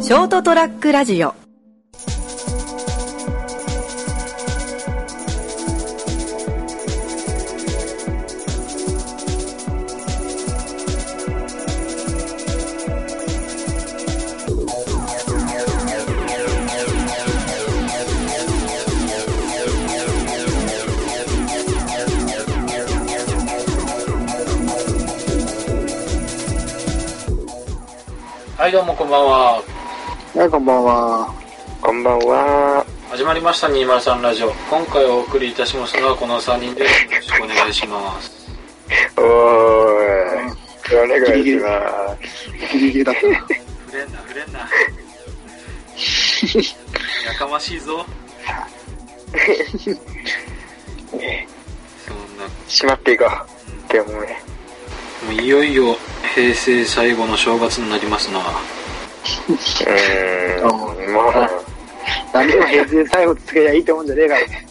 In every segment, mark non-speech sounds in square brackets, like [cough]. ショートトラックラジオはいどうもこんばんははい、こんばんは。こんばんは。始まりました203ラジオ今回お送りいたしますのはこの3人ですよろしくお願いしますおーい。お願いしまギリギリだったな。触れんな触れんな [laughs] やかましい [laughs] ぞそんなす。しまっていこう。って思うね。もういよいよ平成最後の正月になりますなうーん。もう、何でも平成最後つけりゃいいってもんじゃねえからね。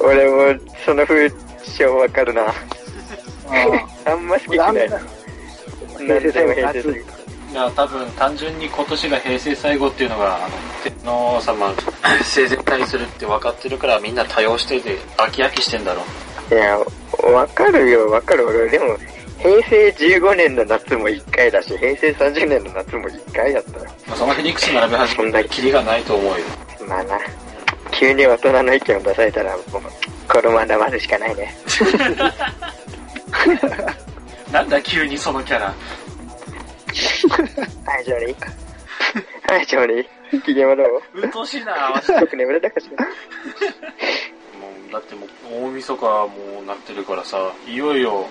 俺もその風潮わかるな。あんま好きじゃない。平成最後平成夏最後。いや多分単純に今年が平成最後っていうのがあの天皇様 [laughs] 生前退位するって分かってるからみんな多用してて飽き飽きしてんだろいや、わかるよ、わかるわかる。でも、平成15年の夏も1回だし、平成30年の夏も1回だったよ。まあそのヘリクス並べ始めたらキリがないと思うよまあな、急に大人の意見を出されたら、もう、このまま黙るしかないね。なんだ急にそのキャラはい、ジョ [laughs] ニー。はい、ジョニー。機嫌はどううっとうしいなもよく眠れたかしらうだってもう大晦日はもうなってるからさいよいよ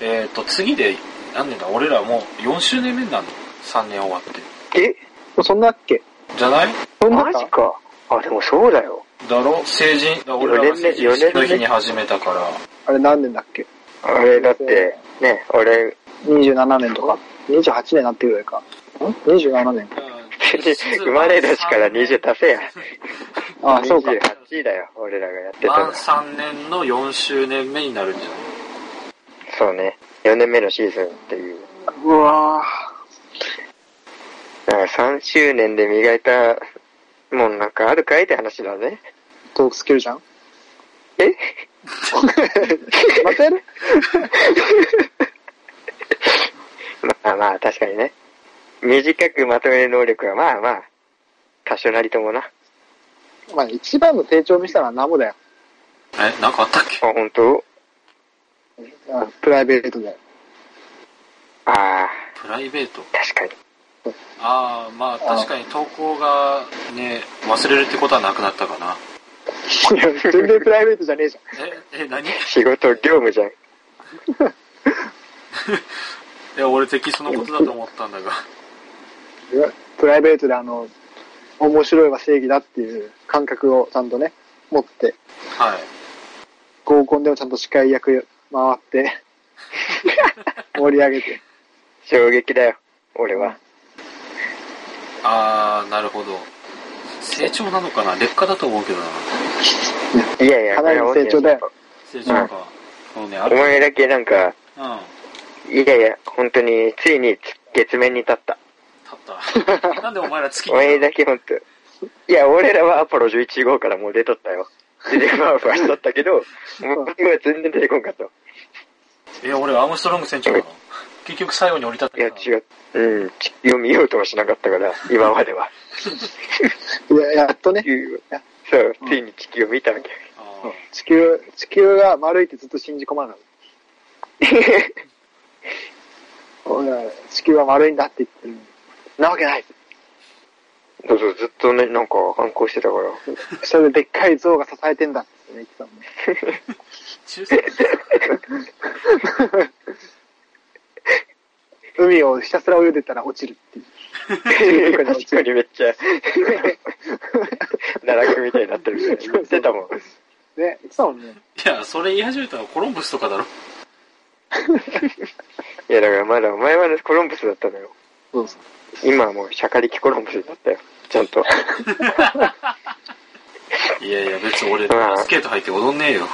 えっ、と次で何年だ俺らもう4周年目になるの3年終わってえそんなっけじゃないそんなマっジかか。あ、でもそうだよ。だろ成人だから俺らが成人式の日に始めたからあれ何年だっけあれ、だって、ね、俺、 ?27 年とか ?28 年なってぐらいか。ん ?27 年か。 [laughs] 生まれ年から20足せや。ああ、そうか。 28だよ、俺らがやって [laughs] た満の。 3年の4周年目になるんじゃないそうね。4年目のシーズンっていう。うわなんか3周年で磨いたもんなんかあるかいって話だね。ぁ、トークスキルじゃん。 [laughs] えまたやるまあまあ、確かにね。短くまとめる能力はまあまあ、多少なりともな。あ、まあ、一番の成長を見せたのはナモだよ。えなんかあったっけ本当あプライベートで。ああ、プライベート確かに。ああまあ確かに投稿がね忘れるってことはなくなったかない [laughs] や全然プライベートじゃねえじええ何仕事業務じゃん。いや俺テキストのことだと思ったんだがゃんいや。プライベートであの、面白いは正義だっていう感覚をちゃんとね、持って、はい合コンでもちゃんと司会役回 [laughs] って、盛り上げて。衝撃だよ、俺は。ああなるほど成長なのかな劣化だと思うけどないやいや、かなりの成長だよ成長か、そうねあおる前だけなんか、うん立いやいや、本当に、ついに月面に立った。った [laughs] なんでお前ら月お前にだけ本当。いや、俺らはアポロ11号からもう出とったよ。出てふわふわしとったけど、もう全然出てこんかった。え俺アームストロング船長なの結局最後に降り立ったいや、けど違う。うん、ち読みようとはしなかったから、今までは。いややっとね、いうそう、ついに地球を見たわけ。あ地球、地球が丸いってずっと信じ込まなかった。俺は地球は丸いんだって言ってる。なわけない。そうそう、ずっとね、なんか反抗してた [laughs] から。それででっかい像が支えてんだってね、言 [laughs] ってたもんね。ー中世 [laughs] 海をひたすら泳いでたら落ちるっていう。 [laughs] 確かにめっち [laughs] ゃ、奈落みたいになってるみたいな。言ってたもん。ね、言ってたもんね。いやそれ言い始めたのコロンブスとかだろいやだからまだお前はねコロンブスだったのよ。そうそう。今はもうシャカリキコロンブスだったよ。ちゃんと。 [laughs] いやいや別に俺うんスケート履いて踊んねえよ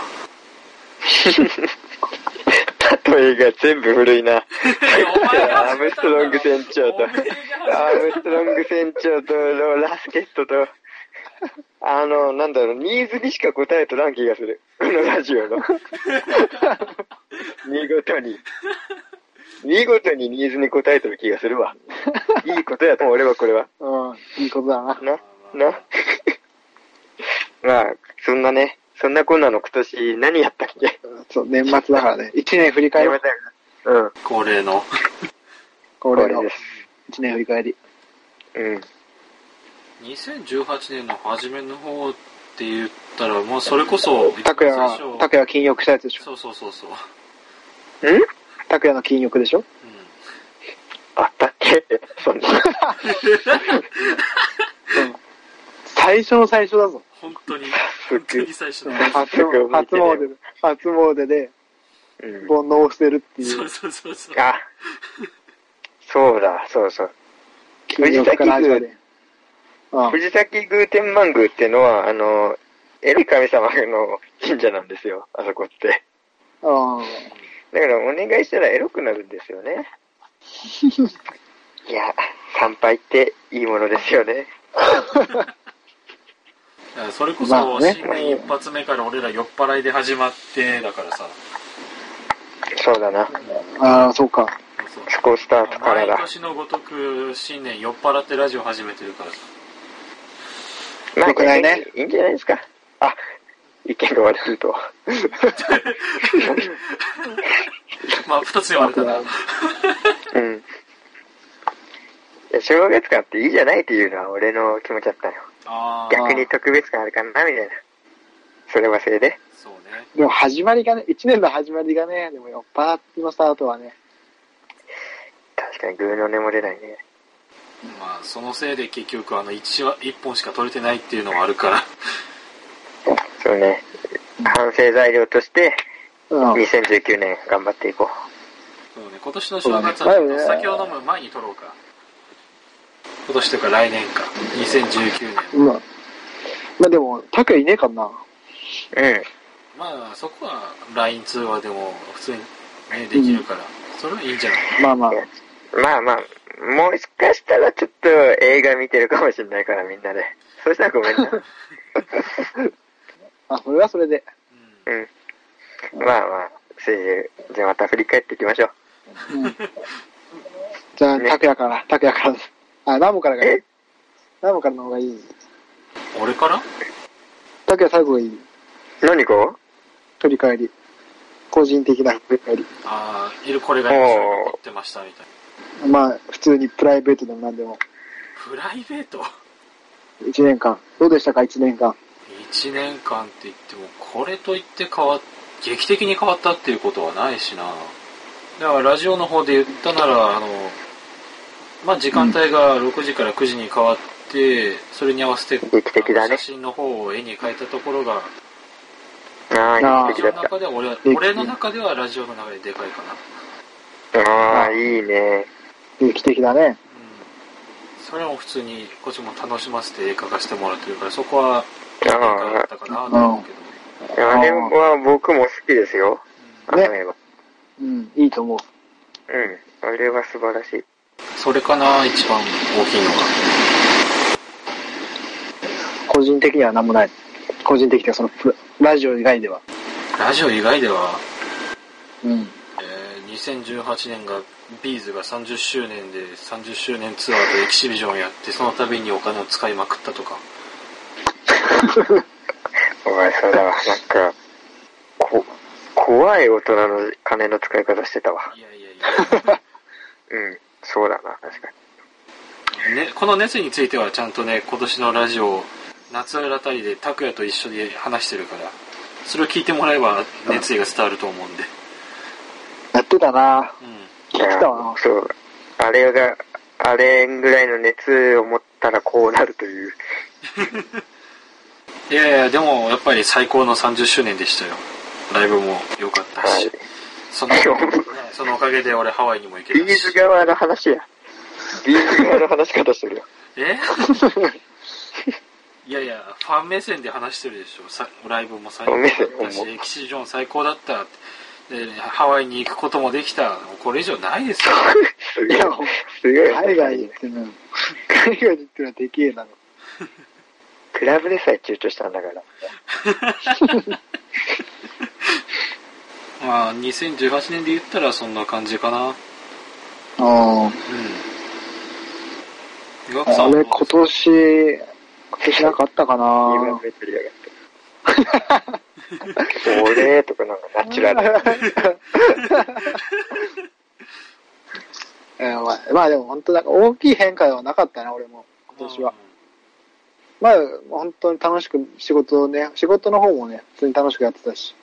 の映画全部古いな。お前がアームストロング船長と、おア前がームストロング船長と、ローラスケットと、あの、なんだろう、ニーズにしか答えとらん気がする。このラジオの。 [laughs] 見事に。見事にニーズに答えとる気がするわ。いいことやと思う、俺はこれは。うん、いいことだな。な、な。 [laughs] まあ、そんなね、そんなこんなの今年何やったっけそう、年末だからね。一年振り返やりめ。たよなうん。恒例の。恒こ例れのです。一年振り返り。うん。 2018年の初めの方って言ったら、まあ、それこそ、拓也最初が、拓也が禁欲したやつでしょ。そうそうそうそう。ん拓也の禁欲でしょうあったっけそんな。最初の最初だぞ。ん。本当に、すっ本当げえに最初の。初すごい初詣で、初詣でうん煩悩を捨てるっていそうう、そうそうそう。あ、そうだ、そうそう。禁欲から始まり。うん藤崎宮天満宮ってのは、あの、エロい神様の神社なんですよ、あそこって。うん。だからお願いしたらエロくなるんですよね。いや、参拝っていいものですよね。いやそれこまそ、あね新年一発目から俺ら酔っ払いで始まって、だからさ。そうだな。ああ、そうか。そうスコスタートか毎らだ。年のごとく、新年酔っ払ってラジオ始めてるからさ。まあ良くないね。いいんじゃないですか。あ、意見が割れると。まあ、二つ言われたら。まうん。いや正月感っていいじゃないっていうのは俺の気持ちだったよ。ああ、逆に特別感あるかな、みたいな。それはそれで。そうね。でも始まりがね、一年の始まりがね、でも酔っ払ってのスタートはね、確かにグーの音も出ないね。まあ、そのせいで結局、あの、一話、一本しか取れてないっていうのはあるから。そうね。反省材料として、うん。 2019年頑張っていこそうね、今年の正月そうはだねお酒を飲む前に撮ろうか。今年というか来年か。2019年。まあ、まあでも、拓也いねえかんな。う。うん。まあ、そこは LINE 通話でも普通に、ね、できるから、それはいいんじゃないまあまあ、まあまあ、もしかしたらちょっと映画見てるかもしれないからみんなで。そしたらごめんな。まあそれはそれで。ううん。まあまあ、せいぜいじゃあまた振り返っていきましょう。うん。じゃあ、ね拓也から、拓也から。あ、ナムからがいいえ。ナムからの方がいい。ん。俺から拓也最後がいい。何か振り返り。個人的な振り返り。ああ、いるこれが印象に残ってましたみたいな。まあ、普通にプライベートでも何でも。プライベート一年間。どうでしたか、一年間。 ?1 年間って言っても、これといって変わっ、劇的に変わったっていうことはないしな。だからラジオの方で言ったなら、あの、まあ時間帯が6時から9時に変わって、それに合わせて、劇的だね写真の方を絵に描いたところが、あああ、ーいい劇時だのっ中では俺は、俺の中ではラジオの中ででかいかな。た。ああ、いいね。劇的だね。うんそれも普通にこっちも楽しませて映画化してもらってるからそこはあ良かっあたかなと思うけど、あれは僕も好きですよ。あねの映画うん、いいと思う。うん。あれは素晴らしい。それかな一番大きいのが個人的には何もない。個人的にはそのプラ、ラジオ以外では。ラジオ以外では、うん。えー2018年がビーズが30周年で30周年ツアーとエキシビジョンやってその度にお金を使いまくったとかお前、そうだわ。 [laughs] なんか、こ、怖い大人の金の使い方してたわ。いやいやいうん。そうだな、確かに。や、ね、この熱についてはちゃんとね今年のラジオ夏あたりで拓也と一緒に話してるからそれを聞いてもらえば熱意が伝わると思うんでやってたなうん聞きたわな。そう。あれが、あれぐらいの熱を持ったらこうなるという。いやいや、でもやっぱり最高の30周年でしたよ。ライブも良かったはし、い。その、ねそのおかげで俺ハワイにも行けビたーしズ。側の話や。ビーズ側の話し方してるよ。えいやいや、ファン目線で話してるでしょ。さライブも最高だっファンた目し、線エキシジョン最高だったって。でハワイに行くこともできた。もうこれ以上ないですよ。すごいいやほん。すごい。海外に行っての、海外に行ってのはできえなの。クラブでさえ躊躇したんだから。まあ、2018年で言ったらそんな感じかな。うん。あガクあ。さあんれ、は今年、今年なんかあったか今なめっちゃやがって。俺とかなんかナチュラル。 [laughs] えーまあ、まあでも本当なんか大きい変化はなかったな、俺も。今年は。。まあ、本当に楽しく仕事をね、仕事の方もね、普通に楽しくやってたし。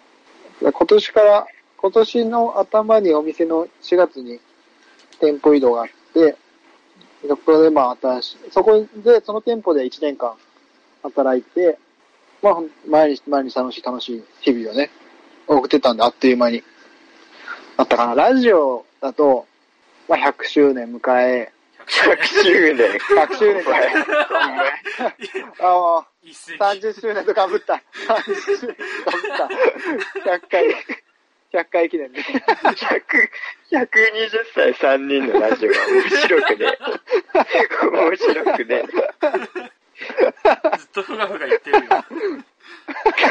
今年から、今年の頭にお店の4月に店舗移動があって、そこでまあ新しい、そこで、その店舗で1年間働いて、まあほん毎日毎日楽しい楽しい日々をね、送ってたんで、あっという間に。あったかな。ラジオだと、まあ100周年迎え、 100周年。 100周年かああ、一石。 30周年とかぶった。30周年とかぶった。100回、100回記念ね。 100 120歳3人のラジオが面白くね。面白くね。ずっとふがふが言ってるよ。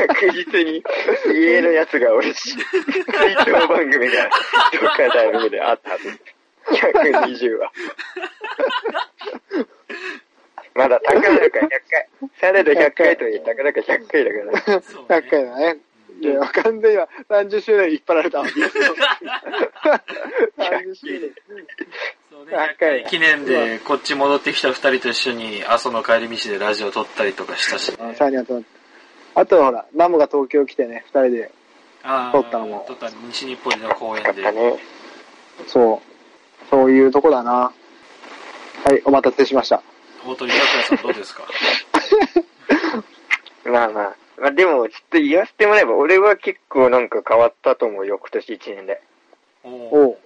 確実に家のやつが俺し、追悼番組がどっかタイミングであったはず。120は。まだ高々100回。サラダ100回と言い高々100回だから。そうね100回だね。いや、完全には30周年に引っ張られたわ [laughs] けですよ。30周年。そうね、100 100回回記念で、こっち戻ってきた二人と一緒に、阿蘇の帰り道でラジオ撮ったりとかしたし、ね。あ3人集まって。あとはほら、ナムが東京来てね、2人で。あー撮ったのも撮った西日暮里の公園よかっで。たね。そう。そういうとこだな。はい、お待たせしました。大鳥拓也さんどうですかまあまあ。まあでも、ちょっと言わせてもらえば、俺は結構なんか変わったと思うよ、今年1年で。おおおう。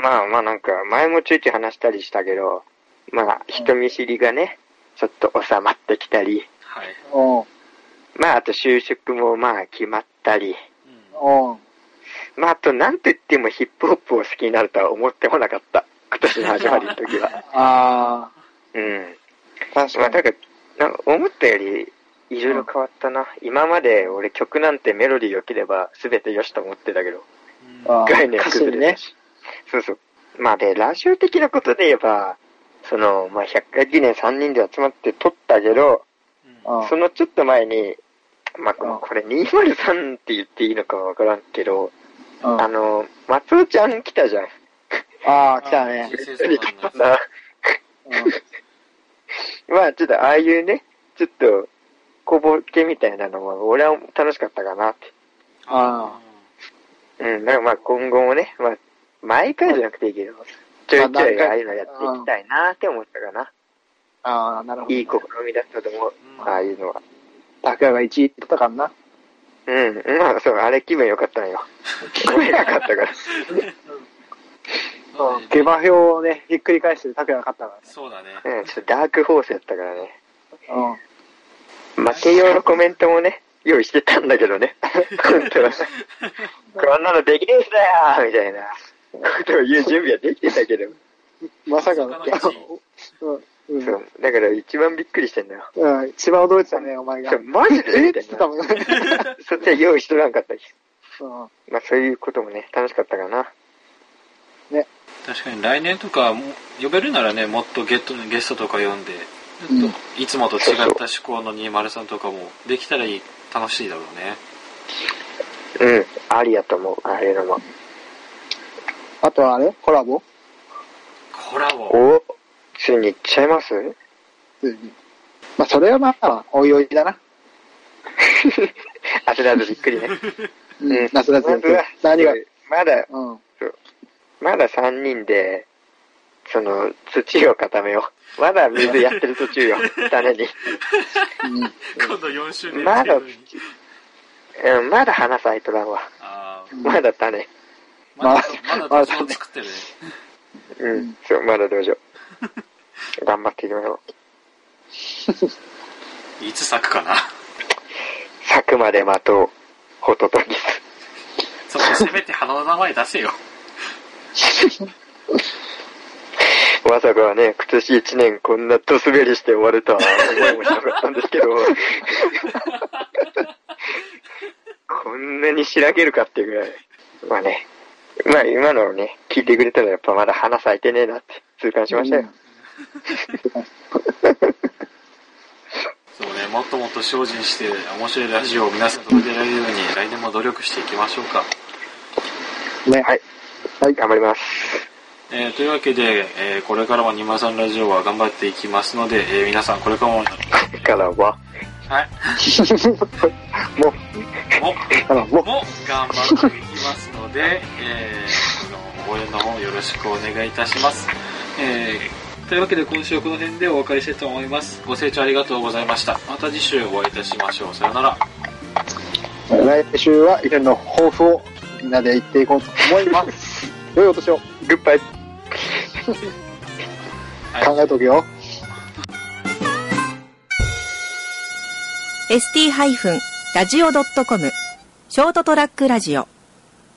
まあまあなんか、前もちょいちょい話したりしたけど、まあ、人見知りがね、ちょっと収まってきたり、はい。おう。まあ、あと就職もまあ決まったり、うんおう。まあ、あとなんと言ってもヒップホップを好きになるとは思ってもなかった。今年の始まりの [laughs] 時は。あうん。ー、確まあ、かだに。から、なんか思ったより、いろいろ変わったな。今まで俺曲なんてメロディー良ければ全て良しと思ってたけど、あー概念歌詞崩にれねた。し。そうそう。まあで、ラジオ的なことで言えば、その、まあ、100回記念3人で集まって撮ったけど、うんあーそのちょっと前に、まあ、このうんこれ203って言っていいのかわからんけど、うんあの、松尾ちゃん来たじゃん。あー、来たね。人生何相か談のな。うんまあ、ちょっとああいうね、ちょっと、こぼけみたいなのは、俺は楽しかったかなって。あうん、だからまあ今後もね、まあ、毎回じゃなくていいけど、ちょいちょいああいうのやっていきたいなって思ったかな。ー、あーなるほど。いい試みだったと思う、うんああいうのは。拓也が1位って言ったからな。うん、まあそう、あれ気分良かったのよ。声がかったから。そうね下馬評をね、ひっくり返して拓也が勝ったそうだね。うん、ちょっとダークホースやったからね。からね。負け用のコメントもね、用意してたんだけ [laughs] どね。本当は。こんなのできねえっすだよみたいなことを言う準備はできてたけど。うん。まさかの。まさかのうん。うんそう。だから一番びっくりしてん [laughs] だよ。うん。一番驚いてたね、お前がそう。マジで [laughs] えみったてい言ったな。もんね。そっちは用意してなかったし。うんまあそういうこともね、楽しかったかな。確かに来年とか、呼べるならね、もっとゲットゲストとか呼んで、ちょっといつもと違った思考の203とかもできたらいい、楽しいだろうね。うん、ありやと思う、ああいうのも。あとはあれコラボコラボ。おついに行っちゃいます普通に。まあ、それはまあ、おいおいだな。焦らずびっくりね。 [laughs] うん。なすなすまずは何が。まだ、うん。まだ3人で、その、土を固めよう。まだ水やってる途中よ、種に。今度4周年まだに。うん、まだ花咲いとらんわ。あーまだ種。まだ、ままあだ土壌作ってるね。うん、そう、まだどうし [laughs] よう。頑張っていきましょう。いつ咲くかな。咲くまで待とう、ホトトギス。そこせめて花の名前出せよ。まさかね、今年一年こんなドスベリして終わるとは思いもしなかったんですけど、こんなにしらけるかっていうぐらい。まあね、まあ今のをね、聞いてくれたらやっぱまだ花咲いてねえなって痛感しましたよ。そうね、もっともっと精進して、面白いラジオを皆さんに届けられるように、来年も努力していきましょうか。ね。はい。 [laughs] はい、頑張ります。 [laughs] えーというわけで、えーこれからも203ラジオは頑張っていきますので、えー皆さんこれからも、からは、はい、もう、も、あら、もう、も頑張っていきますので、えー、この応援の方よろしくお願いいたします。えーというわけで今週はこの辺でお別れしたいと思います。ご清聴ありがとうございました。また次週お会いいたしましょう。さよなら。来週は一年の抱負をみんなで言っていこうと思います。 [laughs] 良いお年をグッバイ。考えておくよ。 ST-radio.com ショートトラックラジオ